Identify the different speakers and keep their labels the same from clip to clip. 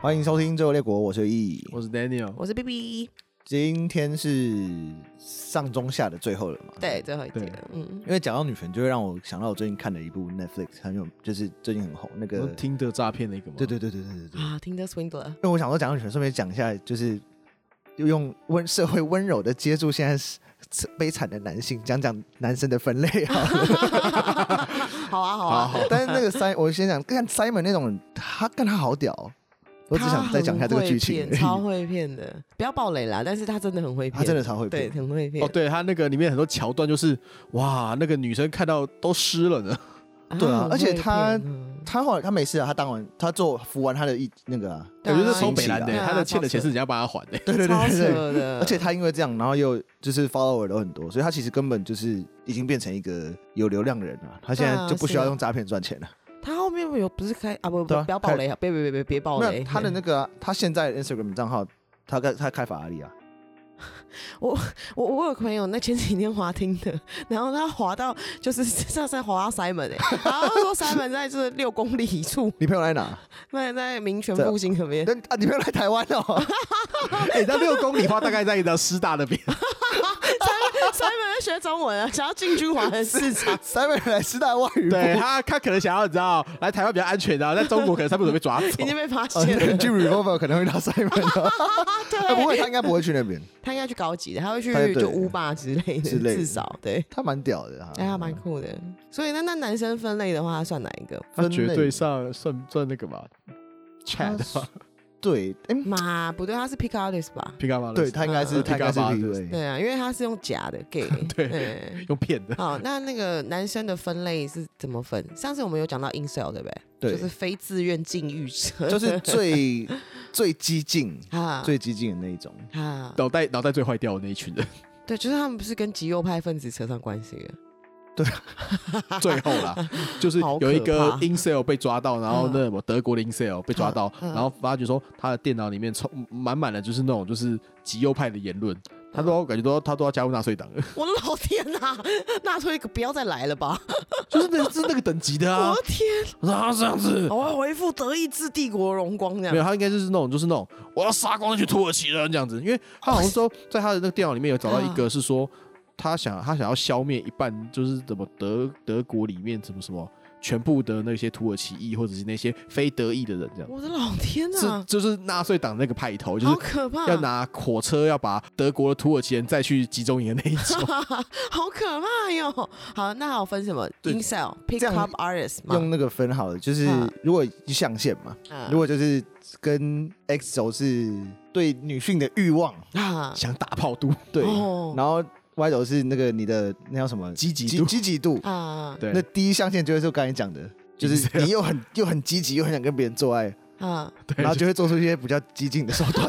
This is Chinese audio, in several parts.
Speaker 1: 欢迎收听《最后列国》，我是易。
Speaker 2: 我是 Daniel，
Speaker 3: 我是 B B，
Speaker 1: 今天是上中下的最后了嘛？
Speaker 3: 对，最后一集
Speaker 2: 对
Speaker 3: 了，嗯，
Speaker 1: 因为讲到女权，就会让我想到我最近看的一部 Netflix 很有，就是最近很红那个
Speaker 2: 我。听的诈骗的一个吗？
Speaker 1: 对对对对对对对。因
Speaker 3: 啊，听着 Swindler，
Speaker 1: 为我想说讲到女权，顺便讲一下，就是用温社会温柔的接住现在 是悲惨的男性，讲讲男生的分类好了。
Speaker 3: 好啊好啊，
Speaker 1: 但是那个 Simon，我先讲，看 Simon 那种，他跟他好屌哦，我只想再讲一下这个剧情
Speaker 3: 他很
Speaker 1: 而已。
Speaker 3: 会骗超会骗的，不要爆雷啦，但是他真的很会 骗，
Speaker 1: 他真的超会
Speaker 3: 对，
Speaker 1: 骗，
Speaker 3: 很会骗，
Speaker 2: 哦，对他那个里面很多桥段就是，哇，那个女生看到都湿了呢。
Speaker 1: 对啊
Speaker 3: 很会
Speaker 1: 而且他
Speaker 3: 骗嗯
Speaker 1: 他后来他没事啊，他当完他做服完他的一那个、啊，
Speaker 2: 我
Speaker 3: 对啊
Speaker 2: 觉得超北蓝的
Speaker 3: 对，啊
Speaker 2: 他的欠的钱
Speaker 3: 超
Speaker 2: 是
Speaker 3: 扯
Speaker 2: 人家帮他还的。
Speaker 1: 对对对
Speaker 3: 超
Speaker 1: 对对，
Speaker 3: 扯的，
Speaker 1: 而且他因为这样，然后又就是 follower 都很多，所以他其实根本就是已经变成一个有流量的人了。他现
Speaker 3: 对
Speaker 1: 在
Speaker 3: 啊
Speaker 1: 就不需要
Speaker 3: 是啊
Speaker 1: 用诈骗赚钱了。
Speaker 3: 他后面有不是开啊不不
Speaker 1: 对啊
Speaker 3: 不要爆雷啊，别别别别别爆
Speaker 1: 那
Speaker 3: 雷，
Speaker 1: 他的那个啊、他现在的 Instagram 账号，他开他开法拉利啊，
Speaker 3: 我我有朋友那前几天滑听的， 然后他滑到就是上次滑到 Simon 哎、然后他说 Simon 在这六公里处，
Speaker 1: 你朋友来哪？
Speaker 3: 那在民权复兴那边，
Speaker 1: 那啊，你朋友来台湾 哦，。
Speaker 3: 啊
Speaker 2: 哎，那六公里花大概在一个师大那边。
Speaker 3: Simon 在学中文啊，想要进军华人市场
Speaker 1: Simon 来师大外语部。
Speaker 2: 对他，他可能想要你知道，来台湾比较安全啊的，在中国可能三不准被抓走
Speaker 3: 已。经被发
Speaker 1: 哦，
Speaker 3: 现
Speaker 1: 那
Speaker 3: 了
Speaker 1: 个，去 Revolver 可能会到 Simon 哦
Speaker 3: 呃
Speaker 1: 哎不会，他应该不会去那边，
Speaker 3: 他应该去高级的，他会去
Speaker 1: 他对
Speaker 3: 就乌霸之类的，
Speaker 1: 之类的
Speaker 3: 至少对，
Speaker 1: 他蛮屌的啊，
Speaker 3: 哎，他蛮酷的。所以那那男生分类的话，他算哪一个？
Speaker 2: 他
Speaker 1: 分类
Speaker 2: 绝对上算算那个吧，Chat 啊
Speaker 1: 他
Speaker 2: 吧
Speaker 1: 对，哎，
Speaker 3: 嘛，不对，他是 pick artist 吧？
Speaker 2: p i c a
Speaker 1: 对他应该是
Speaker 2: 呃
Speaker 1: 他应该是
Speaker 2: Picabara。
Speaker 1: PUA，
Speaker 3: 对啊，因为他是用假的 gay
Speaker 2: 对，用骗的。
Speaker 3: 好，那那个男生的分类是怎么分？上次我们有讲到 incel 对不对？
Speaker 1: 对
Speaker 3: 就是非自愿禁欲者，
Speaker 1: 就是最 最激进、
Speaker 3: 啊
Speaker 1: 最激进的那一种。
Speaker 3: 啊，
Speaker 2: 脑袋脑袋最坏掉的那一群人，
Speaker 3: 对，就是他们不是跟极右派分子扯上关系了？
Speaker 2: 最后啦，就是
Speaker 3: 好可
Speaker 2: 有一个
Speaker 3: 怕嗯
Speaker 2: Incel 被抓到，然后那什么德国的 Incel 被抓到，
Speaker 3: 嗯嗯
Speaker 2: 然后发觉说他的电脑里面充满满的就是那种就是极右派的言论，
Speaker 3: 嗯
Speaker 2: 他都感觉都他都要加入纳粹 党了，
Speaker 3: 我的老天呐、纳粹可不要再来了吧！
Speaker 2: 就是那是那个等级的啊
Speaker 3: 我，的天，
Speaker 2: 我说啊这样子。
Speaker 3: 我要恢复德意志帝国荣哦光这
Speaker 2: 没
Speaker 3: 样。
Speaker 2: 有，他应该就是那种，就是那种我要杀光那群土耳其人这样子，因为他好像说在他的那个电脑里面有找到一个是说，他想他想要消灭一半，就是怎么德德国里面什么什么全部的那些土耳其裔或者是那些非德裔的人这样，
Speaker 3: 我的老天呐、
Speaker 2: 是就是纳粹党那个派头，就
Speaker 3: 好
Speaker 2: 是
Speaker 3: 可怕！
Speaker 2: 要拿火车要把德国的土耳其人再去集中营的那一 种。
Speaker 3: 好可怕哟！好，那还有分什么
Speaker 2: 对
Speaker 3: incel、pick
Speaker 1: 这样
Speaker 3: up artist 嘛？
Speaker 1: 用那个分好了，就是
Speaker 3: 嗯
Speaker 1: 如果一象限嘛，
Speaker 3: 啊
Speaker 1: 如果就是跟 X 轴是对女性的欲望，
Speaker 3: 啊，
Speaker 2: 想打炮度，
Speaker 1: 对，
Speaker 3: 哦
Speaker 1: 然后 Y 轴是那个你的那叫什么
Speaker 2: 积极
Speaker 1: 积
Speaker 2: 度
Speaker 1: 积极度，
Speaker 3: 啊
Speaker 2: 对
Speaker 1: 那第一象限就是我刚才讲的，就是你又很又很积极，又很想跟别人做爱，
Speaker 3: 啊！
Speaker 2: 对，
Speaker 1: 然后就会做出一些比较激进的手段，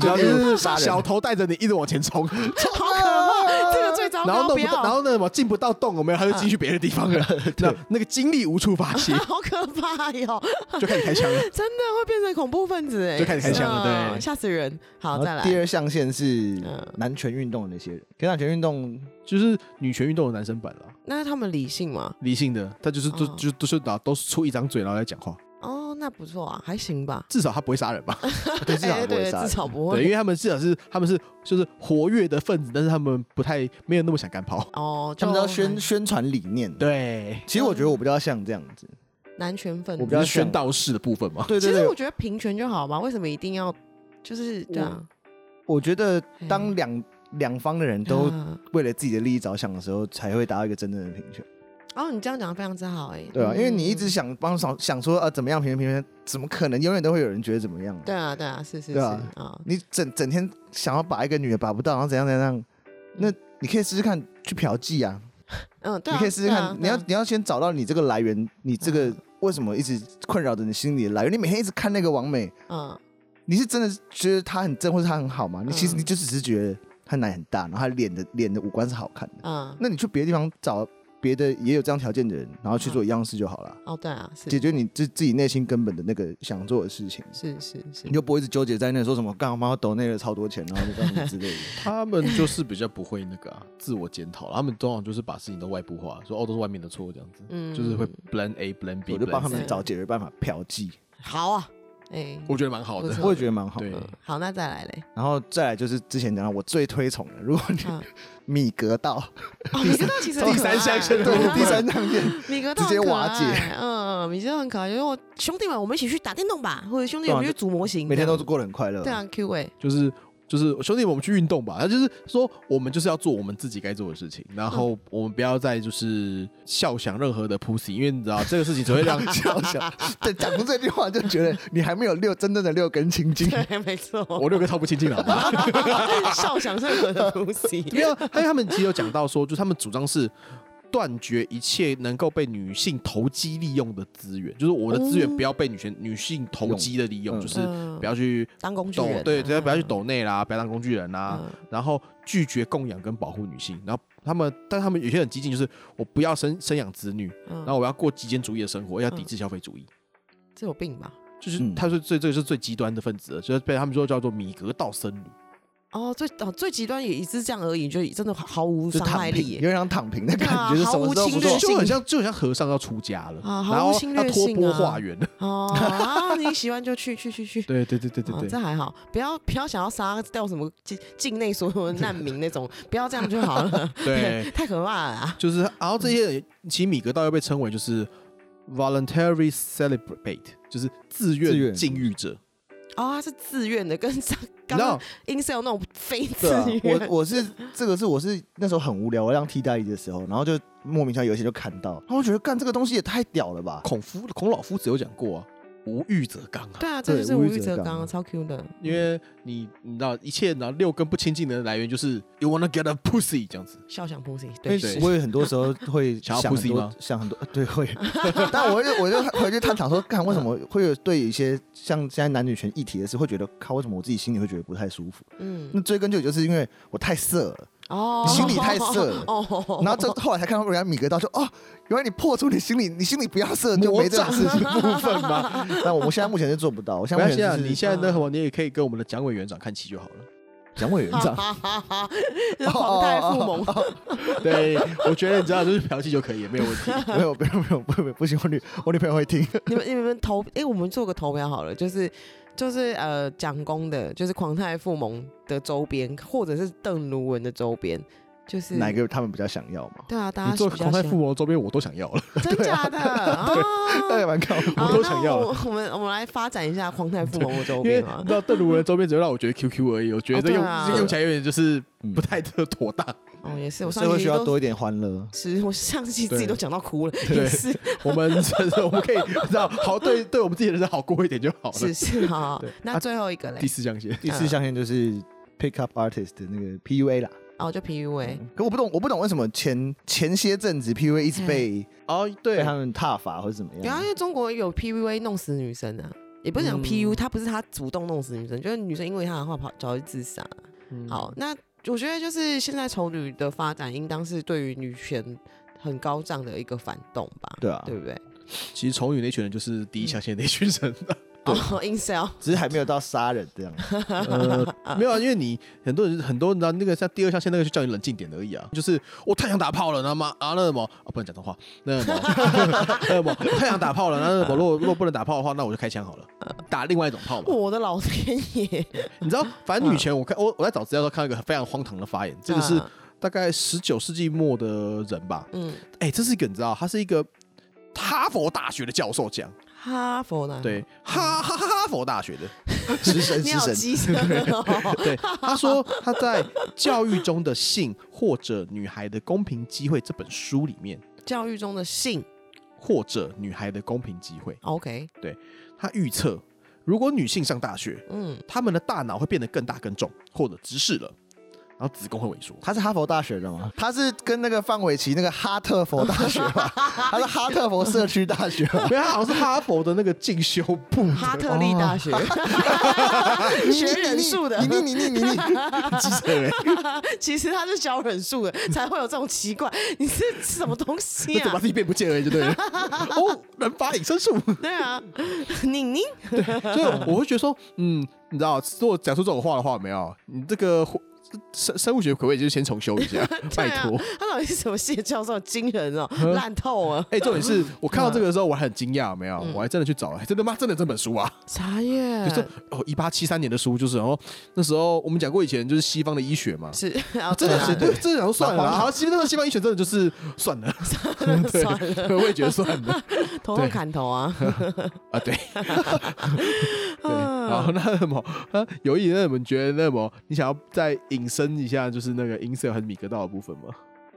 Speaker 2: 主 要就是
Speaker 1: 杀人
Speaker 2: 小头带着你一直往前冲，
Speaker 3: 好可怕，这个最糟
Speaker 2: 然后弄
Speaker 3: 糕，不
Speaker 2: 不
Speaker 3: 要，，
Speaker 2: 到，然后那什么进不到洞，有没有？他就进去别的地方 了，那那个精力无处发泄
Speaker 3: 好可怕哟！
Speaker 2: 就开始开 枪了。
Speaker 3: 真的会变成恐怖分子哎，
Speaker 2: 就开始开枪了
Speaker 3: 嗯
Speaker 2: 对
Speaker 3: 吓死人。好，
Speaker 1: 然
Speaker 3: 再
Speaker 1: 后
Speaker 3: 来
Speaker 1: 第二象限是
Speaker 3: 嗯
Speaker 1: 男权运动的那些人，跟男权运 动
Speaker 2: 就是女权运动的男生版了，
Speaker 3: 那他们理性吗？
Speaker 2: 理性的，他就是就
Speaker 3: 哦
Speaker 2: 就都是打都是出一张嘴然后来讲话，
Speaker 3: 哦，那不错啊，还行吧。
Speaker 2: 至少他不会杀人吧？
Speaker 1: 啊对至少
Speaker 3: 哎
Speaker 1: 不
Speaker 3: 对，
Speaker 1: 会杀
Speaker 3: 至
Speaker 1: 人，
Speaker 3: 少不
Speaker 2: 对，
Speaker 3: 会。
Speaker 2: 因为他们至少是他们是就是活跃的分子，但是他们不太没有那么想干炮。
Speaker 3: 哦，
Speaker 1: 他们
Speaker 3: 就
Speaker 1: 叫宣宣传理念。，
Speaker 2: 对，
Speaker 1: 其实我觉得我比较像这样子，
Speaker 3: 男权分
Speaker 1: 我
Speaker 3: 子
Speaker 1: 比
Speaker 2: 就
Speaker 1: 较
Speaker 2: 是宣导式的部分嘛。
Speaker 1: 对
Speaker 3: 其
Speaker 1: 对
Speaker 3: 实
Speaker 1: 对
Speaker 3: 我，觉得平权就好嘛，为什么一定要就是对啊？
Speaker 1: 我觉得当
Speaker 3: 嗯
Speaker 1: 两两方的人都
Speaker 3: 啊
Speaker 1: 为了自己的利益着想的时候，才会达到一个真正的平权，
Speaker 3: 哦，你这样讲得非常之好哎。
Speaker 1: 对吧、啊
Speaker 3: 嗯
Speaker 1: 因为你一直想帮想想说啊，怎么样平权平权，怎么可能永远都会有人觉得怎么样？
Speaker 3: 对啊对啊是是是
Speaker 1: 对啊
Speaker 3: 啊，
Speaker 1: 你整整天想要把一个女的把不到，然后怎样怎样怎样，那你可以试试看去嫖妓啊，
Speaker 3: 嗯对
Speaker 1: 你
Speaker 3: 啊，
Speaker 1: 可以试试
Speaker 3: 对
Speaker 1: 看，
Speaker 3: 啊
Speaker 1: 你要
Speaker 3: 对啊
Speaker 1: 你要先找到你这个来源，你这个
Speaker 3: 嗯
Speaker 1: 为什么一直困扰着你心里的来源？你每天一直看那个王美，
Speaker 3: 嗯
Speaker 1: 你是真的觉得她很正或者她很好吗？你其实
Speaker 3: 嗯
Speaker 1: 你就只是觉得她奶很大，然后她脸的脸的五官是好看的，
Speaker 3: 嗯
Speaker 1: 那你去别的地方找别的也有这样条件的人，然后去做一样事就好了，
Speaker 3: 哦对啊是
Speaker 1: 解决你自自己内心根本的那个想做的事情。
Speaker 3: 是是是
Speaker 1: 你就不会一直纠结在那说什么干我妈抖那了超多钱，然后就干什么之类的。
Speaker 2: 他们就是比较不会那 个、啊、自我检讨啦，他们通常就是把事情都外部化，说哦都是外面的错这样子，
Speaker 3: 嗯
Speaker 2: 就是会 blame A blame B，
Speaker 1: 我就帮他们
Speaker 2: blame C
Speaker 1: 找解决办法，嫖妓。
Speaker 3: 好啊。哎，
Speaker 2: 我觉得蛮好
Speaker 3: 不
Speaker 2: 的
Speaker 3: 错。
Speaker 1: 我也觉得蛮好的。
Speaker 2: 对
Speaker 3: 嗯，好，那再来嘞。
Speaker 1: 然后再来就是之前讲到我最推崇的，如果你
Speaker 3: 嗯，
Speaker 1: 米格道
Speaker 3: 哦，米格道其实很
Speaker 1: 第
Speaker 3: 可爱
Speaker 1: 三 象限，
Speaker 3: 对啊
Speaker 1: 第三象限，
Speaker 3: 米格道
Speaker 1: 直接
Speaker 3: 很可
Speaker 1: 瓦解
Speaker 3: 爱嗯，米格道很可爱，因为我兄弟们我们一起去打电动吧，或者兄弟
Speaker 1: 对啊
Speaker 3: 我们去组模型，
Speaker 1: 每天都过得很快乐。
Speaker 3: 对啊，Q 哎，
Speaker 2: 就是就是兄弟们，我们去运动吧。那就是说，我们就是要做我们自己该做的事情，然
Speaker 1: 嗯
Speaker 2: 后我们不要再就是笑想任何的 pussy，因为你知道这个事情只会让
Speaker 1: 笑想，对，讲出这句话就觉得你还没有六真正的六根清净。
Speaker 3: 对，没错，
Speaker 2: 我六个套不清净了好吗。
Speaker 3: 笑想任何的东西，
Speaker 2: 没有，啊还有他们其实有讲到说，就是他们主张是断绝一切能够被女性投机利用的资源，就是我的资源
Speaker 3: 哦
Speaker 2: 不要被女性女性投机的利用，
Speaker 1: 嗯
Speaker 2: 就是
Speaker 3: 嗯
Speaker 2: 不要去
Speaker 3: 当工具
Speaker 2: 抖
Speaker 3: 人，啊
Speaker 2: 对，只要不要去
Speaker 3: 懂
Speaker 2: 抖内啦，不要当工具人啦，
Speaker 3: 啊，
Speaker 2: 然后拒绝供养跟保护女性，然后他们，但他们有些人激进，就是我不要生生养子女，
Speaker 3: 嗯
Speaker 2: 然后我要过极简主义的生活，要抵制消费主义，
Speaker 3: 这有病吧？
Speaker 2: 就是
Speaker 1: 嗯
Speaker 2: 他说最这个是最极端的分子了，就是被他们说叫做米格道僧侣，
Speaker 3: 哦，最哦最极端也也是这样而已，就真的毫无
Speaker 1: 就
Speaker 3: 伤
Speaker 1: 躺
Speaker 3: 害
Speaker 1: 平，
Speaker 3: 力
Speaker 1: 有
Speaker 3: 耶。
Speaker 1: 点像躺平的感觉，
Speaker 3: 对
Speaker 1: 就
Speaker 3: 啊
Speaker 1: 什么事都不
Speaker 3: 毫无侵略
Speaker 1: 做。
Speaker 3: 性
Speaker 2: 就很像就很像和尚要出家了，然
Speaker 3: 啊毫无
Speaker 2: 后
Speaker 3: 侵
Speaker 2: 要
Speaker 3: 略
Speaker 2: 托
Speaker 3: 性
Speaker 2: 钵
Speaker 3: 啊
Speaker 2: 化缘了，
Speaker 3: 哦， 啊，你喜欢就去去去去。
Speaker 2: 对对对对对
Speaker 3: 哦
Speaker 2: 对，
Speaker 3: 这还好，不要不要想要杀掉什么境境内所有的难民那种， 不要这样就好 了。
Speaker 2: 对
Speaker 3: 太可怕了啊！
Speaker 2: 就是然后这些人，其实米格道又被称为就是 voluntary celebrate，就是自
Speaker 1: 自
Speaker 2: 愿
Speaker 1: 愿
Speaker 2: 禁欲者，
Speaker 3: 哦，他是自愿的，跟 上
Speaker 2: 你
Speaker 3: 刚
Speaker 2: 知道
Speaker 3: 刚 Insel 那种非 自
Speaker 1: 对啊，
Speaker 3: 愿。
Speaker 1: 我我是这个是我是那时候很无聊，我当替代役的时候，然后就莫名其妙有一些就看到，然后我觉得干这个东西也太屌了吧！
Speaker 2: 孔夫孔老夫子有讲过啊，无欲则刚啊。
Speaker 3: 对啊，这
Speaker 1: 对
Speaker 3: 就是
Speaker 1: 无
Speaker 3: 无
Speaker 1: 欲
Speaker 3: 欲
Speaker 1: 则
Speaker 3: 则
Speaker 1: 刚
Speaker 3: 刚啊，
Speaker 1: 啊
Speaker 3: 超 Q 的。
Speaker 2: 因为你你知道一切然后六根不清净的来源就是 you wanna get a pussy 这样子，
Speaker 3: 笑想 pussy，
Speaker 1: 因
Speaker 3: 对，
Speaker 1: 为我有很多时候会
Speaker 2: 想要
Speaker 1: 想很
Speaker 2: pussy 吗
Speaker 1: 多，想很多，对会。但我就我就回去探讨说，干为什么会有对一些像现在男女权议题的事，会觉得靠为什么我自己心里会觉得不太舒服？那
Speaker 3: 嗯，
Speaker 1: 追根究底就是因为我太色了，
Speaker 3: 哦，
Speaker 1: 你心里太色了
Speaker 3: 哦，
Speaker 1: 然后这后来才看到人家米格道说，哦，原来你破除你心里，你心里不要色就没这种事 情。
Speaker 2: 部分 吗？
Speaker 1: 但我现在目前是做不到，我现
Speaker 2: 没
Speaker 1: 在
Speaker 2: 关
Speaker 1: 目
Speaker 2: 系啊，
Speaker 1: 前
Speaker 2: 你
Speaker 1: 是嗯
Speaker 2: 现在那什么，你也可以跟我们的蒋委员长看齐就好 了。
Speaker 1: 蒋委员 长。
Speaker 3: 哈哈哈，这是皇太父
Speaker 2: 哦
Speaker 3: 母。
Speaker 2: 对，我觉得你知道，就是嫖妓就可以，没有问 题。
Speaker 1: 没有，没有，没有，不不不行，我女我女朋友会听。
Speaker 3: 你们你们投，哎、我们做个投票好了，就是就是呃，蒋公的，就是狂太附盟的周边，或者是邓如文的周边，就是
Speaker 1: 哪？个他们比较想要嘛？
Speaker 3: 对啊，大
Speaker 2: 你
Speaker 3: 家
Speaker 2: 做
Speaker 3: 比较
Speaker 2: 狂太
Speaker 3: 喜
Speaker 2: 附魔周边我都想要了，
Speaker 3: 欢真假的啊？
Speaker 1: 那也蛮靠谱。
Speaker 3: 好
Speaker 2: 我都想要
Speaker 3: 那我我们我们来发展一下狂太附盟的周
Speaker 2: 因为
Speaker 3: 边啊
Speaker 2: 你知。道邓如文的周边只会让我觉得 QQ 而已，我觉
Speaker 3: 哦
Speaker 2: 得
Speaker 3: 对
Speaker 2: 用
Speaker 3: 啊
Speaker 2: 用起来有点就是
Speaker 1: 嗯
Speaker 2: 不太的妥 当。
Speaker 3: 哦，也是，我上
Speaker 1: 社会
Speaker 3: 期
Speaker 1: 需要
Speaker 3: 都
Speaker 1: 多一点欢乐。
Speaker 3: 是，我上期自己
Speaker 2: 对
Speaker 3: 都讲到哭了，
Speaker 2: 对
Speaker 3: 也是
Speaker 2: 我们我们可以你知道，好对对我们自己的人好过一点就好了
Speaker 3: 是。是哈。好
Speaker 2: 对
Speaker 3: 那
Speaker 1: 啊
Speaker 3: 最后一个嘞
Speaker 2: 第，四象限，
Speaker 1: 第四象限就是 pick up artist 的那个 PUA 啦。
Speaker 3: 哦，就 PUA，
Speaker 1: 可我不懂，我不懂为什么前前些阵子 PUA 一直 被
Speaker 2: 哦，
Speaker 1: 被
Speaker 2: 对，
Speaker 1: 他们踏伐或者怎么
Speaker 3: 然后
Speaker 1: 样
Speaker 3: 啊因。为中国有 PUA 弄死女生啊，也不是讲
Speaker 2: 嗯
Speaker 3: PU，、她不是她主动弄死女生，就是女生因为她的话跑跑去自杀。
Speaker 2: 嗯
Speaker 3: 好，那我觉得就是现在丑女的发展，应当是对于女权很高涨的一个反动吧？
Speaker 1: 对啊，
Speaker 3: 对不对？
Speaker 2: 其实丑女那群人就是第一象限那群人，啊
Speaker 3: 哦 i n s e l
Speaker 1: 只是还没有到杀人 这样。
Speaker 2: 呃，没有啊，因为你很多人很多人知道那个像第二象限那个就叫你冷静点而已啊，就是我太想打炮了，那妈啊那什么啊不能讲脏话，那什么 那什么我太想打炮了，那什么如果如果不能打炮的话，那我就开枪好了，打另外一种炮嘛。
Speaker 3: 嗯我的老天爷！
Speaker 2: 你知道，反正女权我看我我在找资料的时候看到一个非常荒唐的发言，这个是
Speaker 3: 啊
Speaker 2: 大概十九世纪末的人吧，
Speaker 3: 嗯，
Speaker 2: 哎、这是一个你知道，他是一个哈佛大学的教授讲，
Speaker 3: 哈佛男，
Speaker 2: 对，哈哈哈哈佛大学的。
Speaker 1: 食神，
Speaker 3: 你
Speaker 1: 食
Speaker 3: 好
Speaker 1: 神，
Speaker 3: 机车哦
Speaker 2: 对，他说他在《教育中的性或者女孩的公平机会》这本书里面，
Speaker 3: 教育中的性
Speaker 2: 或者女孩的公平机会，
Speaker 3: ，OK，
Speaker 2: 他预测如果女性上大学，
Speaker 3: 嗯，
Speaker 2: 她们的大脑会变得更大更重，或者直视了，然后子宫会萎缩。
Speaker 1: 他是哈佛大学的吗？他是跟那个范玮琪那个哈特佛大学 吧？他是哈特佛社区大学吧？
Speaker 2: 没有，他啊好像是哈佛的那个进修部的
Speaker 3: 哈特利大学， 学忍术的
Speaker 1: 哦你，你你你你你，
Speaker 2: 记 者欸，
Speaker 3: 其实他是教忍术 的，才会有这种奇怪。 你是什么东西
Speaker 2: 就怎么
Speaker 3: 啊
Speaker 2: 自？己变不见而已，就 对了。哦，人发隐身术，
Speaker 3: 对啊， 宁宁
Speaker 2: 所以我会觉得说，嗯，你知道，如果讲出这种话的话，有没有，你这个生生物学可不可以就是先重修一下？
Speaker 3: 对
Speaker 2: 拜
Speaker 3: 啊
Speaker 2: 托。
Speaker 3: 他到底是什么系的教授？惊 人哦
Speaker 2: 嗯，
Speaker 3: 烂透了，
Speaker 2: 哎、重点 是我看到这个的时候，我还很惊讶，有没有？
Speaker 3: 嗯
Speaker 2: 我还真的去找了，哎还真的妈，真的有这本书啊！
Speaker 3: 啥耶
Speaker 2: 就？是哦，一八七三年的书，就是然后那时候我们讲过以前就是西方的医学嘛，
Speaker 3: 是，然后
Speaker 2: 真的
Speaker 3: 对啊
Speaker 2: 是对，真的然后 算了啦，
Speaker 1: 蛮荒唐
Speaker 2: 好像西那时候西方医学真的就是算了， 对
Speaker 3: 算了，
Speaker 2: 我也觉得算了
Speaker 3: 头痛
Speaker 2: 对
Speaker 3: 砍头啊，
Speaker 2: 啊， 对对，
Speaker 3: 嗯
Speaker 2: 然后那什么，啊，有一那你们觉得那什么，你想要再引申一下，就是那个音色和米格道的部分吗？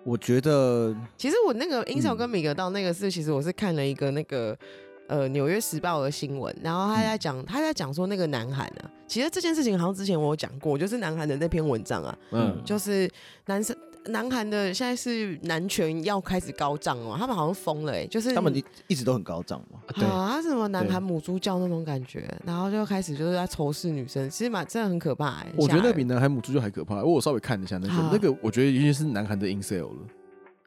Speaker 1: 我觉得
Speaker 3: 其实我那个英雄跟米格道那
Speaker 2: 嗯
Speaker 3: 个是，其实我是看了一个那个呃《纽约时报》的新闻，然后他在讲、
Speaker 2: 嗯
Speaker 3: 他在讲说那个南韩啊，其实这件事情好像之前我有讲过，就是南韩的那篇文章啊，
Speaker 2: 嗯
Speaker 1: 嗯，
Speaker 3: 就是男生。南韩的现在是男权要开始高涨哦，他们好像疯了哎、就是
Speaker 1: 他们一一直都很高涨嘛，
Speaker 2: 对
Speaker 3: 啊，他是什么南
Speaker 2: 对
Speaker 3: 韩母猪教那种感觉，然后就开始就是在仇视女生，其实蛮真的很可怕、欸。
Speaker 2: 我觉得那
Speaker 3: 很吓人
Speaker 2: 比南韩母猪就还可怕，因为我稍微看了一下那个
Speaker 3: 好，
Speaker 2: 那个我觉得尤其是南韩的 incel 了，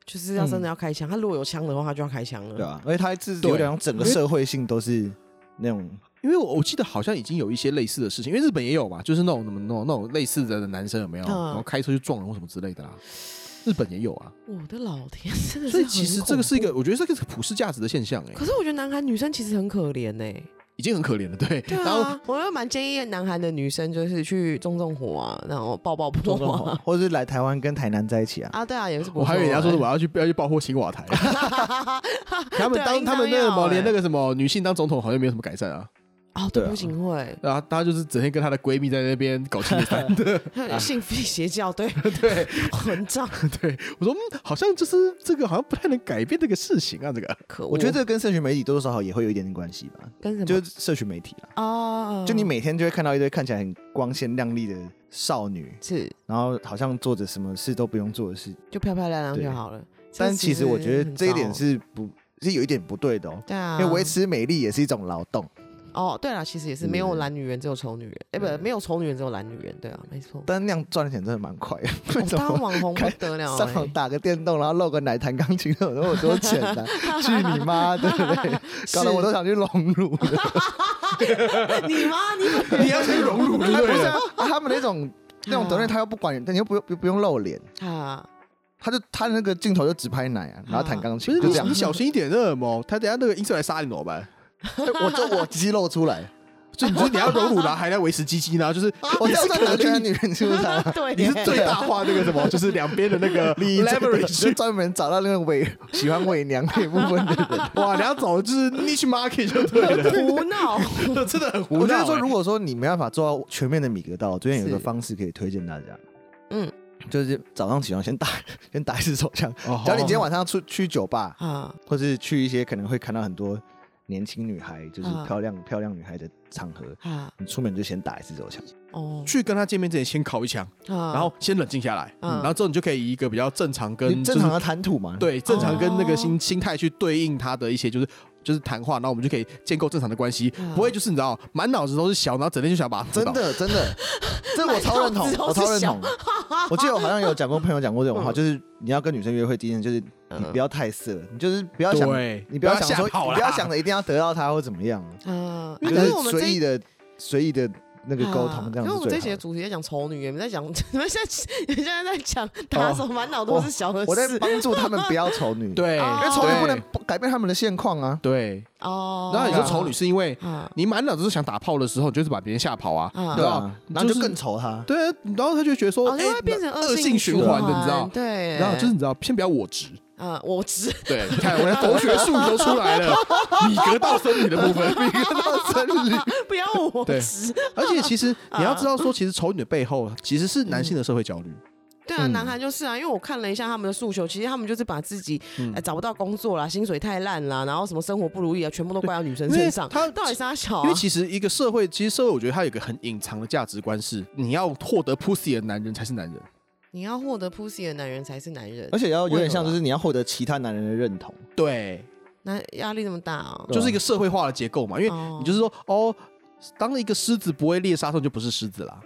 Speaker 3: 就是要真的要开枪，他如果有枪的话，他就要开枪了。
Speaker 1: 对啊，而且他是
Speaker 2: 嗯对
Speaker 1: 有点让整个社会性都是那种
Speaker 2: 因为我我记得好像已经有一些类似的事情，因为日本也有嘛，就是那种什么那种那种类似的男生有没有，
Speaker 3: 嗯
Speaker 2: 然后开车去撞人或什么之类 的啦，日本也有啊，
Speaker 3: 我的老天，真的是
Speaker 2: 所以其实
Speaker 3: 很
Speaker 2: 这个是一
Speaker 3: 恐
Speaker 2: 个，我觉得这个是普世价值的现象哎、
Speaker 3: 怖。可是我觉得南韩女生其实很可怜呢、
Speaker 2: 已经很可怜了，对，
Speaker 3: 对
Speaker 2: 然后
Speaker 3: 啊，我又蛮建议南韩的女生就是去种种火啊，然后爆爆破
Speaker 1: 中中
Speaker 3: 啊。
Speaker 1: 或者是来台湾跟台南在一起啊，
Speaker 3: 啊，对啊，也是不错、
Speaker 2: 我还以为人家说是我要去要去爆破青 瓦台，
Speaker 3: 哎
Speaker 2: 他们当
Speaker 3: 应
Speaker 2: 他
Speaker 3: 当
Speaker 2: 们那个什
Speaker 3: 要
Speaker 2: 么
Speaker 3: 欸
Speaker 2: 连那个什么女性当总统好像没有什么改善啊，
Speaker 3: 哦，
Speaker 1: 对
Speaker 3: 对
Speaker 1: 啊
Speaker 3: 朴槿惠，
Speaker 2: 然后她就是整天跟她的闺蜜在那边搞性别 犯对
Speaker 3: 还有信奉邪教， 对
Speaker 2: 对
Speaker 3: 混账，
Speaker 2: 对，我说嗯，好像就是这个好像不太能改变这个事情啊，这个
Speaker 3: 可恶！
Speaker 1: 我觉得这跟社群媒体多多少少也会有一点点关系吧，
Speaker 3: 跟什么
Speaker 1: 就是社群媒体啦，
Speaker 3: 哦，
Speaker 1: 就你每天就会看到一堆看起来很光鲜亮丽的少女，
Speaker 3: 是
Speaker 1: 然后好像做着什么事都不用做的事，
Speaker 3: 就漂漂亮亮
Speaker 1: 对
Speaker 3: 就好了。这
Speaker 1: 但其实我觉得
Speaker 3: 很
Speaker 1: 这一点
Speaker 3: 糟哦
Speaker 1: 是不是有一点不对的哦，
Speaker 3: 对啊，
Speaker 1: 因为维持美丽也是一种劳动，
Speaker 3: 哦，对了，其实也是没有
Speaker 1: 嗯
Speaker 3: 懒女人，只有丑女人。哎，不，没有丑女人，只有懒女人。对啊，没错。
Speaker 1: 但那样赚的钱真的蛮快的，
Speaker 3: 哦
Speaker 1: 为什
Speaker 3: 当
Speaker 1: 么？
Speaker 3: 网红不
Speaker 1: 开
Speaker 3: 得了
Speaker 1: 上网
Speaker 3: 欸，
Speaker 1: 打个电动，然后露个奶弹钢琴，有那么多钱的、去你妈，对不对？搞得我都想去隆乳了。
Speaker 3: 你妈，你
Speaker 2: 你要先融入，
Speaker 1: 不
Speaker 2: 对
Speaker 1: 是
Speaker 2: 了
Speaker 1: 啊， 他们那种那种德瑞，他又不管，但你又不用不不用露脸，
Speaker 3: 啊，
Speaker 1: 他就他的那个镜头就只拍奶啊，然后弹钢
Speaker 2: 不
Speaker 1: 琴，
Speaker 2: 是
Speaker 1: 就
Speaker 2: 你
Speaker 1: 这样
Speaker 2: 你。小心一点，那什么，他等下那个音色来杀你怎么办？
Speaker 1: 我就我肌肉出来，
Speaker 2: 就你说你要荣辱，然后还来维持鸡鸡呢， 就是
Speaker 3: 哦
Speaker 1: 我
Speaker 2: 你
Speaker 1: 这
Speaker 2: 是
Speaker 1: 样算
Speaker 2: 可
Speaker 1: 男权的
Speaker 2: 圈，
Speaker 1: 女人是不是啊？
Speaker 3: 对耶，
Speaker 2: 你是最大化那个什么，就是两边的那个
Speaker 1: 你这个
Speaker 2: leverage
Speaker 1: 就。 专门找到那种伪喜欢伪娘那一部分的人。
Speaker 2: 哇，你要找就是 niche market 就对了，
Speaker 3: 胡闹，
Speaker 2: 真的很胡闹欸。
Speaker 1: 我觉得说，如果说你没办法做到全面的米格道，我最近有一个
Speaker 3: 是
Speaker 1: 方式可以推荐大家，
Speaker 3: 嗯，
Speaker 1: 就是早上起床先打 先打一次手枪。
Speaker 2: 哦
Speaker 1: 只要你今天晚上要出去酒吧，
Speaker 3: 啊，
Speaker 1: 或是去一些可能会看到很多年轻女孩，就是
Speaker 3: 啊
Speaker 1: 漂亮、漂亮女孩的场合，
Speaker 3: 啊
Speaker 1: 你出门就先打一次手枪。
Speaker 3: 哦，
Speaker 2: 去跟他见面之前先烤一枪，
Speaker 3: 啊
Speaker 2: 然后先冷静下来，
Speaker 3: 嗯
Speaker 2: 然后之后你就可以以一个比较正常
Speaker 1: 你
Speaker 2: 跟
Speaker 1: 正常
Speaker 2: 就
Speaker 1: 的
Speaker 2: 是
Speaker 1: 谈吐嘛，，
Speaker 2: 对正常跟那个心
Speaker 3: 啊哦
Speaker 2: 心态去对应他的一些就是。就是谈话，然后我们就可以建构正常的关系，
Speaker 3: 嗯
Speaker 2: 不会就是你知道满脑子都是小，然后整天就想把他
Speaker 1: 真的真的， 这我超认同
Speaker 3: 满脑子，都
Speaker 1: 我超认
Speaker 3: 是
Speaker 1: 同。 我记得我好像有讲过，朋友讲过这种话，
Speaker 3: 嗯
Speaker 1: 就是你要跟女生约会，第一件就是你
Speaker 3: 嗯
Speaker 1: 不要太色，你就是不要
Speaker 2: 对
Speaker 1: 想，你不要
Speaker 2: 不要
Speaker 1: 想
Speaker 2: 吓
Speaker 1: 说，
Speaker 2: 跑
Speaker 1: 你
Speaker 2: 啦
Speaker 1: 不要想着一定要得到她或怎么样，
Speaker 3: 啊，
Speaker 1: 就
Speaker 3: 可
Speaker 1: 是
Speaker 3: 我们这
Speaker 1: 随意
Speaker 3: 一
Speaker 1: 的随意的那个沟通，这样
Speaker 3: 啊因为我
Speaker 1: 是
Speaker 3: 们这一
Speaker 1: 最好的。
Speaker 3: 集的主题在讲丑女，你们在讲， 你们现在你们现在在
Speaker 2: 哦
Speaker 3: 讲打手，满脑都是小的
Speaker 1: 我在
Speaker 3: 事
Speaker 1: 帮助他们不要丑 女，，
Speaker 2: 对，
Speaker 3: 哦
Speaker 1: 因为丑女不能不改变他们的现况啊。
Speaker 2: 对。
Speaker 3: 哦。
Speaker 2: 然后你说丑女是因为
Speaker 3: 啊，
Speaker 2: 你满脑子都想打炮的时候，你就是把别人吓跑啊，
Speaker 3: 啊
Speaker 2: 对
Speaker 1: 对
Speaker 2: 吧
Speaker 1: 啊？，然后
Speaker 2: 是
Speaker 1: 就更愁她。
Speaker 2: 对啊，然后他就觉得说，
Speaker 3: 哦，
Speaker 2: 哎
Speaker 3: 就会变成
Speaker 2: 恶
Speaker 3: 性
Speaker 2: 循
Speaker 3: 环
Speaker 2: 的，你知道？
Speaker 3: 对，
Speaker 2: 然后就是你知道，先不要我直，
Speaker 3: 啊，我直
Speaker 2: 对，你看我的佛学术语都出来了，米格道生理的部分，米格道生理。
Speaker 3: 不要我
Speaker 2: 对
Speaker 3: 直，
Speaker 2: 而且其实你要知道说，其实丑女的背后啊其实是男性的社会焦虑，
Speaker 3: 对啊，
Speaker 1: 嗯
Speaker 3: 南韩就是啊，因为我看了一下他们的诉求，其实他们就是把自己、
Speaker 2: 嗯
Speaker 3: 呃、找不到工作啦，薪水太烂啦，然后什么生活不如意啊，全部都怪到女生身上。
Speaker 2: 因为他
Speaker 3: 到底是他
Speaker 1: 嗯
Speaker 3: 小、
Speaker 2: 因
Speaker 3: 啊
Speaker 2: 为？其实一个社会，其实社会我觉得它有一个很隐藏的价值观是，你要获得 pussy 的男人才是男人。
Speaker 3: 你要获得 pussy 的男人才是男人
Speaker 1: 而，且要有点像，
Speaker 2: 为何啊
Speaker 1: 就是你要获得其他男人的认同，
Speaker 2: 对，
Speaker 3: 那压力这么大哦。
Speaker 2: 就是一个社会化的结构嘛，因为
Speaker 3: 哦
Speaker 2: 你就是说，哦，当一个狮子不会猎杀的时候，就不是狮子啦。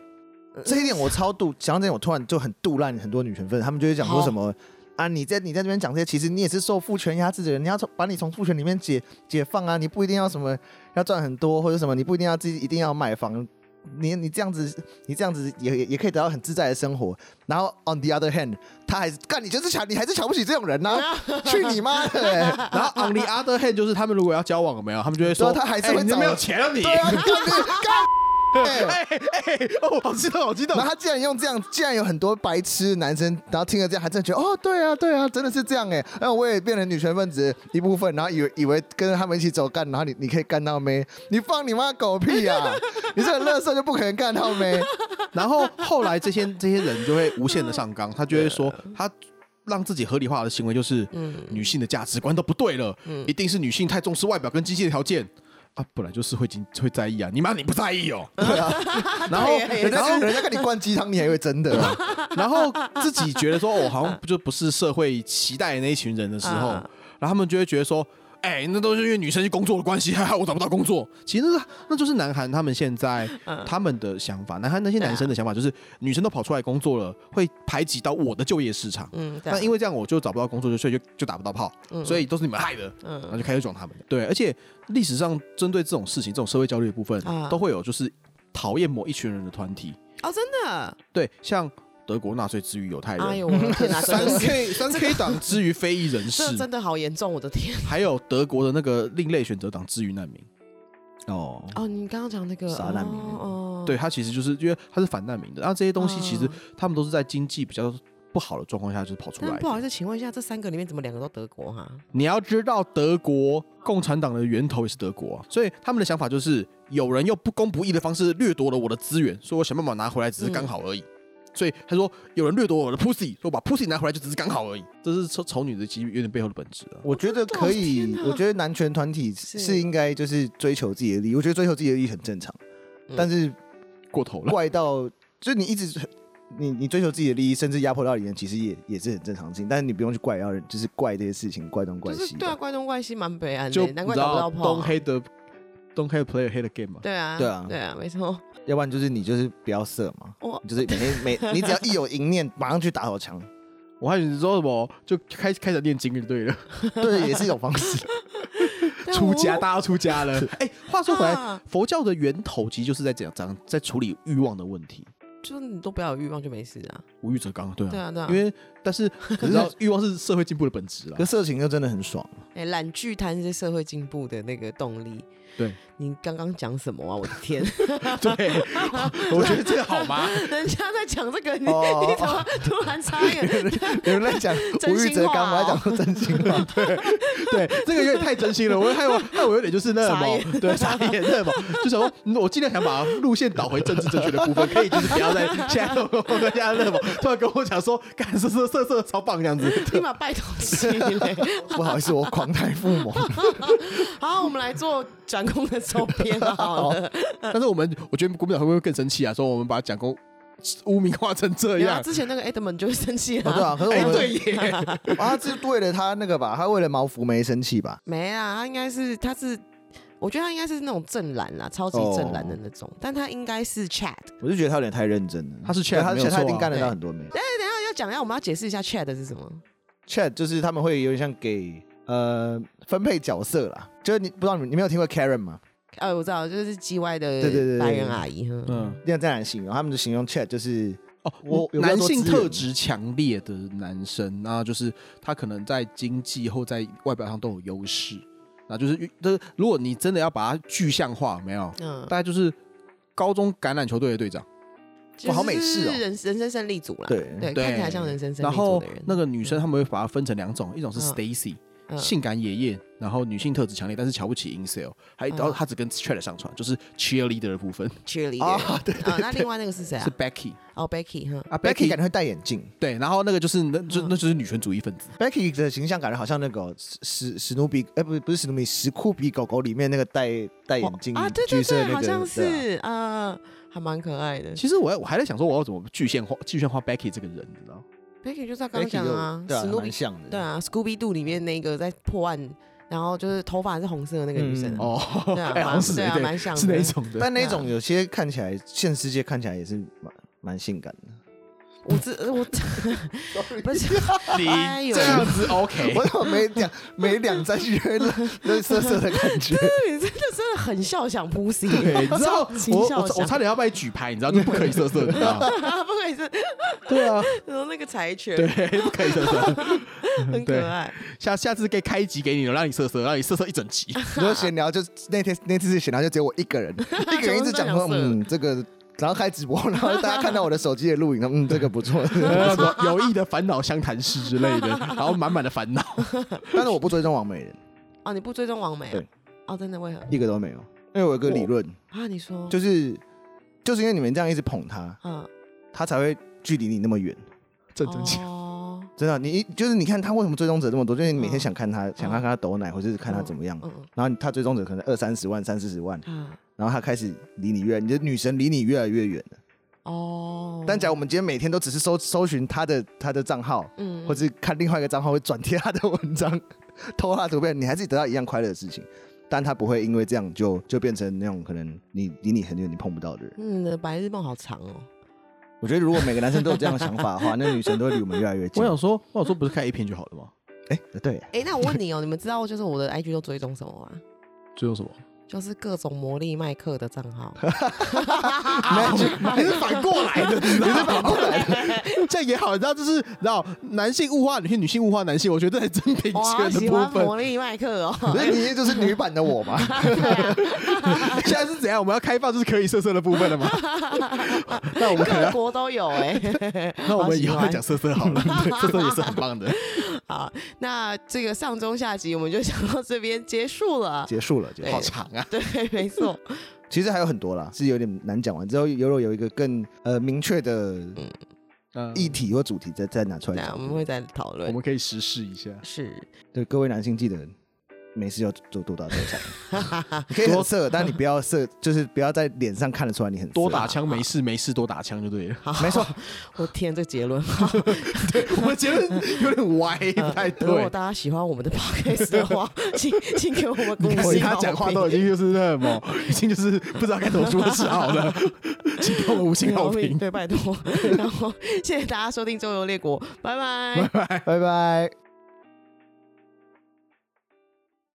Speaker 1: 这一点我超度，讲到这点我突然就很杜烂很多女权分子，他们就会讲说
Speaker 3: 好
Speaker 1: 什么啊，你在你在这边讲这些，其实你也是受父权压制的人，你要从把你从父权里面解解放啊，你不一定要什么要赚很多或者什么，你不一定要自己一定要买房你你这样子，你这样子也也也可以得到很自在的生活。然后 on the other hand，他还是干，你就是瞧，你还是瞧不起这种人呐、啊去你妈的、 欸！
Speaker 2: 然后 on the other hand 就是他们如果要交往了没有，他们就会说
Speaker 1: 对啊他还是
Speaker 2: 哎
Speaker 1: 会
Speaker 2: 你
Speaker 1: 找
Speaker 2: 没有钱啊你。
Speaker 1: 对啊，干你干！欸
Speaker 2: 哎哎哦，好激动，好 激动
Speaker 1: 然！后他竟然用这样，竟然有很多白痴男生，然后听了这样，还真的觉得哦，对啊，对啊，真的是这样哎。然后我也变成女权分子一部分，然后以为以为跟着他们一起走干，然后你你可以干到妹，你放你妈狗屁 啊！你这个乐色就不可能干到 妹。
Speaker 2: 然后后来这些这些人就会无限的上纲，他就会说他让自己合理化的行为就是，女性的价值观都不对了，一定是女性太重视外表跟经济的条件啊，本来就是会经会在意啊，你妈你不在意哦，
Speaker 1: 对啊，
Speaker 2: 然后
Speaker 3: 对
Speaker 1: 人
Speaker 2: 然
Speaker 1: 家
Speaker 2: 后
Speaker 1: 人家跟你灌鸡汤，你还以为真的、啊
Speaker 2: 然后自己觉得说我好像就不是社会期待的那一群人的时候，
Speaker 3: 嗯
Speaker 2: 然后他们就会觉得说。哎、那都是因为女生去工作的关系，害害我找不到工作。其实那那就是南韩他们现在、
Speaker 3: 嗯哦
Speaker 2: 他们的想法，南韩那些男生的想法就是，女生都跑出来工作了，会排挤到我的就业市场。
Speaker 3: 嗯，
Speaker 2: 那因为这样我就找不到工作，就所以就就打不到炮，所以都是你们害的，
Speaker 3: 嗯
Speaker 2: 然后就开始转他们。对，而且历史上针对这种事情，这种社会焦虑的部分，
Speaker 3: 啊
Speaker 2: 都会有就是讨厌某一群人的团体。
Speaker 3: 哦，真的，
Speaker 2: 对，像德国纳粹之于犹太
Speaker 3: 哎
Speaker 2: 人，
Speaker 3: 呦，我的天哪，真
Speaker 2: 三
Speaker 3: 的是，
Speaker 2: K 三 K 党之于非裔人士，
Speaker 3: 这真的好严重，我 的天！
Speaker 2: 还有德国的那个另类选择党之于难民。哦，
Speaker 3: 哦，你刚刚讲那个
Speaker 1: 撒难民
Speaker 3: 哦，哦
Speaker 2: 对，，他其实就是因为他是反难民的，那这些东西其实
Speaker 3: 嗯
Speaker 2: 他们都是在经济比较不好的状况下就是跑出来
Speaker 3: 但
Speaker 2: 的。
Speaker 3: 不好意思，请问一下，这三个里面怎么两个都德国哈？
Speaker 2: 你要知道，德国共产党的源头也是德国啊、所以他们的想法就是，有人用不公不义的方式掠夺了我的资源，所以我想办法拿回来，只是刚好
Speaker 3: 嗯
Speaker 2: 而已。所以他说，有人掠夺我的 pussy，所以我把 pussy 拿回来就只是刚好而已。这是丑丑女的其实有点背后的本质 啊。
Speaker 1: 我觉得可以，我觉得男权团体
Speaker 3: 是
Speaker 1: 是应该就是追求自己的利益，我觉得追求自己的利益很正常，
Speaker 3: 嗯
Speaker 1: 但是
Speaker 2: 过头了，
Speaker 1: 怪到就是你一直你你追求自己的利益，甚至压迫到别人，其实也也是很正常的事情，但是你不用去怪到人，就是怪这些事情，怪东怪
Speaker 3: 就是
Speaker 1: 西
Speaker 3: 对啊，
Speaker 1: 的。
Speaker 3: 怪东怪西蛮悲哀
Speaker 2: 就
Speaker 3: 的，难
Speaker 2: 你
Speaker 3: 怪
Speaker 2: 知
Speaker 3: 打不到
Speaker 2: 道
Speaker 3: 炮
Speaker 2: ，Don't
Speaker 3: 啊。
Speaker 2: hate the Don't hate player hate the game 嘛。
Speaker 3: 对啊，
Speaker 1: 对啊
Speaker 3: 对啊，没错。
Speaker 1: 要不然就是你就是不要色嘛，
Speaker 3: 我
Speaker 1: 你就是每天每你只要一有淫念，马上去打手枪，
Speaker 2: 我还以为你说什么，就开开始念经就对了，
Speaker 1: 对，也是一种方式。
Speaker 3: 但
Speaker 2: 出
Speaker 3: 啊我
Speaker 2: 家，大家都出家了。哎、话说回来，
Speaker 3: 啊
Speaker 2: 佛教的源头其实就是在讲讲在处理欲望的问题。
Speaker 3: 就是你都不要有欲望就没事啊。
Speaker 2: 无欲则刚，对啊，
Speaker 3: 对啊，对啊，
Speaker 2: 因为但是可是欲望是社会进步的本质啦
Speaker 1: 可。色情就真的很爽，
Speaker 3: 哎，懒剧摊是社会进步的那个动力。
Speaker 2: 对，
Speaker 3: 你刚刚讲什么啊？我的 天，
Speaker 2: 对，我觉得这个好吗？
Speaker 3: 人家在讲这个，你
Speaker 1: 哦
Speaker 3: 你怎么突然插 一个？
Speaker 1: 有人在讲
Speaker 3: 真
Speaker 1: 无欲则
Speaker 3: 心话
Speaker 1: 刚，
Speaker 3: 哦
Speaker 1: 我还讲说真心话，
Speaker 2: 对，这个有点太真心了，我害我害我有点就是那什
Speaker 3: 傻
Speaker 2: 么， 对，傻眼那什么，就想说，嗯我尽量想把路线导回政治正确的部分，可以就是不要再现在我跟现在那什么，突然跟我讲说，干色色色色超棒这样子，
Speaker 3: 立马拜托你 嘞！
Speaker 1: 不好意思，我狂太附 魔。
Speaker 3: 好，我们来做转工的周边 好了。
Speaker 2: 但是我们我觉得国民党会不会更生气啊？说我们把蒋公污名化成这
Speaker 3: 然后
Speaker 2: 样，
Speaker 3: 之前那个 Edmond 就会生气
Speaker 1: 哦对
Speaker 3: 了。
Speaker 1: 啊，可是
Speaker 2: 哎，
Speaker 1: 我们、
Speaker 2: 对耶，
Speaker 1: 啊，这是为了他那个吧，他为了毛福梅生气吧？
Speaker 3: 没啊，他应该是他是，我觉得他应该是那种正蓝啦，超级正蓝的那
Speaker 1: 哦
Speaker 3: 种，但他应该是哎 Chat。
Speaker 1: 我就觉得他有点太认真了。
Speaker 2: 他是 Chad，
Speaker 1: 对他
Speaker 2: 没有错啊
Speaker 1: 他一定干得到很多妹。
Speaker 3: 要讲一下，我们要解释一下 Chat 是什么。
Speaker 1: Chad 就是他们会有点像给呃分配角色啦，就是你不知道你们你没有听过 Karen 吗？
Speaker 3: 呃，我知道，就是 G Y 的
Speaker 1: 对对对对
Speaker 3: 白人阿姨，嗯，
Speaker 2: 嗯。
Speaker 1: 那这样来形容，他们就形容 Chad 就是
Speaker 2: 哦，
Speaker 1: 我有比较
Speaker 2: 男
Speaker 1: 多
Speaker 2: 性
Speaker 1: 资源
Speaker 2: 特质强烈的男生，那就是他可能在经济或在外表上都有优势，那就是就是如果你真的要把它具象化，有没有，
Speaker 3: 嗯
Speaker 2: 大，概就是高中橄榄球队的队长，
Speaker 3: 就是
Speaker 1: 好美式哦
Speaker 3: 人人生胜利组啦，
Speaker 1: 对
Speaker 3: 对，
Speaker 2: 对
Speaker 3: 看起来像人生胜
Speaker 2: 然
Speaker 3: 利组
Speaker 2: 后
Speaker 3: 的人。
Speaker 2: 那个女生他们会把它分成两种，一种是
Speaker 3: 嗯
Speaker 2: Stacy，、
Speaker 3: 嗯
Speaker 2: 性感野艳，然后女性特质强烈，但是瞧不起 incel，还
Speaker 3: 哦
Speaker 2: 有然后她只跟 Chad 上床，就是 cheerleader 的部分
Speaker 3: cheerleader 啊，那另外那个是谁啊
Speaker 2: 是？Becky
Speaker 3: 哦，Becky 哈，
Speaker 2: 啊
Speaker 1: Becky 感
Speaker 2: Becky
Speaker 1: 觉会戴眼镜
Speaker 2: 对，然后那个就是那就
Speaker 3: 嗯
Speaker 2: 那就是女权主义分子，
Speaker 1: ，Becky 的形象感觉好像那个史史史努比，哎，不是不是史努比，史酷比狗狗里面那个戴戴眼镜
Speaker 3: 啊，对
Speaker 1: 橘
Speaker 3: 对
Speaker 1: 色
Speaker 3: 对
Speaker 1: 那，个，
Speaker 3: 好像
Speaker 1: 对啊
Speaker 3: 是啊，还蛮可爱的。
Speaker 2: 其实我我还在想说，我要怎么具象化具象化 Becky 这个人，你知道吗？
Speaker 3: Becky 就是他刚
Speaker 1: Becky
Speaker 3: 刚讲
Speaker 1: 就
Speaker 3: 啊，
Speaker 1: 对啊，
Speaker 3: 史努比
Speaker 1: 蛮像的，
Speaker 3: 对啊，Scooby Doo 里面那个在破案，然后就是头发是红色的那个女生
Speaker 1: 嗯
Speaker 3: 啊，
Speaker 2: 哦，
Speaker 3: 对啊
Speaker 2: 哎， 好像是
Speaker 3: 对啊
Speaker 2: 对
Speaker 3: 蛮像的
Speaker 2: 是
Speaker 3: 啊
Speaker 2: 哪一种的？
Speaker 1: 但那种有些看起来现世界看起来也是蛮蛮性感的，
Speaker 3: 我这我 不是
Speaker 2: 你
Speaker 3: 哎呦
Speaker 2: 这样子 OK，
Speaker 1: 我怎么每两每两站就会乐色色的感觉？
Speaker 3: 你真的真的很笑想 pussy，
Speaker 2: 对，你知道
Speaker 3: 超级
Speaker 2: 我
Speaker 3: 笑
Speaker 2: 我我
Speaker 3: 想，
Speaker 2: 差点要被举牌，你知道就不可以色色，你知道吗？
Speaker 3: 不可以是
Speaker 2: 对啊，
Speaker 3: 然后那个柴犬，
Speaker 2: 对，不可以色色。
Speaker 3: 很可
Speaker 2: 对
Speaker 3: 爱。
Speaker 2: 下下次可以开一集给你，让你色色，让你色色一整 集。
Speaker 1: 你说闲聊就那天那次是闲聊，就只有我一个人，一个人一直讲说
Speaker 3: 全部都讲色
Speaker 1: 嗯这个，然后开直播，然后大家看到我的手机的录影，嗯这个不错，
Speaker 2: 什么有意的烦恼相谈室之类的，然后满满的烦恼。
Speaker 1: 但是我不追踪网美人，
Speaker 3: 哦，你不追踪王美啊
Speaker 1: 对？
Speaker 3: 哦，真的为何
Speaker 1: 一个都没有，因为我有个理论，
Speaker 3: 啊？你说
Speaker 1: 就是就是因为你们这样一直捧他，
Speaker 3: 啊，
Speaker 1: 他才会距离你那么远。
Speaker 2: 正正经，
Speaker 3: 哦，
Speaker 1: 真的，你一就是你看他为什么追踪者这么多，就是你每天想看他，想看他抖奶，或者是看他怎么样。
Speaker 3: 嗯
Speaker 1: 然后他追踪者可能二三十万、三四十万，
Speaker 3: 嗯啊，
Speaker 1: 然后他开始离你越来，你的女神离你越来越远了。
Speaker 3: 哦，
Speaker 1: 但假如我们今天每天都只是搜搜寻他的他的账号，
Speaker 3: 嗯
Speaker 1: 或
Speaker 3: 嗯
Speaker 1: 是看另外一个账号会转贴他的文章， 偷他的图片，你还是得到一样快乐的事情，但他不会因为这样就就变成那种可能你离你很远你碰不到的人。
Speaker 3: 嗯，你的白日梦好长哦。
Speaker 1: 我觉得如果每个男生都有这样的想法的话，那女神都会离我们越来越近。
Speaker 2: 我想说，我想说不是看 A 片就好了吗？
Speaker 1: 哎、对，
Speaker 3: 哎，那我问你哦，你们知道就是我的 IG 都追踪什么吗？
Speaker 2: 最后什么？
Speaker 3: 就是各种魔力麦克的账 号，
Speaker 2: 啊你是反过来 的，你是反过来的，这样也好，你知道，就是你知道男性物化女性，女性物化男性，我觉得这是真平
Speaker 3: 我好
Speaker 2: 权的
Speaker 3: 喜
Speaker 2: 部
Speaker 3: 欢
Speaker 2: 分。
Speaker 3: 魔力麦克 哦。啊
Speaker 1: 所以你就是女版的我 嘛。
Speaker 2: 现在是怎样？我们要开放就是可以色色的部分了 吗？那我们可能
Speaker 3: 各
Speaker 2: 要，
Speaker 3: 国都有哎、
Speaker 2: 那我们以后
Speaker 3: 好喜欢
Speaker 2: 再讲色色好了，对色色也是很棒的。
Speaker 3: 好，那这个上中下集我们就讲到这边结束了。
Speaker 1: 结束了，结束了
Speaker 3: 对
Speaker 2: 好。长啊！
Speaker 3: 对，没错，
Speaker 1: 其实还有很多啦，是有点难讲完。之后尤若有一个更呃明确的
Speaker 2: 嗯
Speaker 1: 议题或主题再再拿出来
Speaker 3: 嗯那我们
Speaker 1: 讲。
Speaker 3: 会再讨
Speaker 2: 我
Speaker 3: 论。
Speaker 2: 们可以实施一下，
Speaker 3: 是，
Speaker 1: 对各位男性记得，没事要多多打多枪，你可以很色，但你不要色，就是不要在脸上看得出来你很色
Speaker 2: 多打。枪没事没事，多打枪就对了。
Speaker 3: 好，
Speaker 1: 没错，
Speaker 3: 我天，这结论
Speaker 2: 对，我们结论有点歪，不太
Speaker 3: 如果
Speaker 2: 哎对。
Speaker 3: 大家喜欢我们的 podcast 的话，请请给我们
Speaker 2: 你
Speaker 3: 更
Speaker 2: 看
Speaker 3: 新
Speaker 2: 他讲话都已经就是那么，已经就是不知道该怎么说是好 了，请给我们五星好评。
Speaker 3: 对，拜托。然后谢谢大家收听《周游列国》，拜拜。
Speaker 1: 拜拜。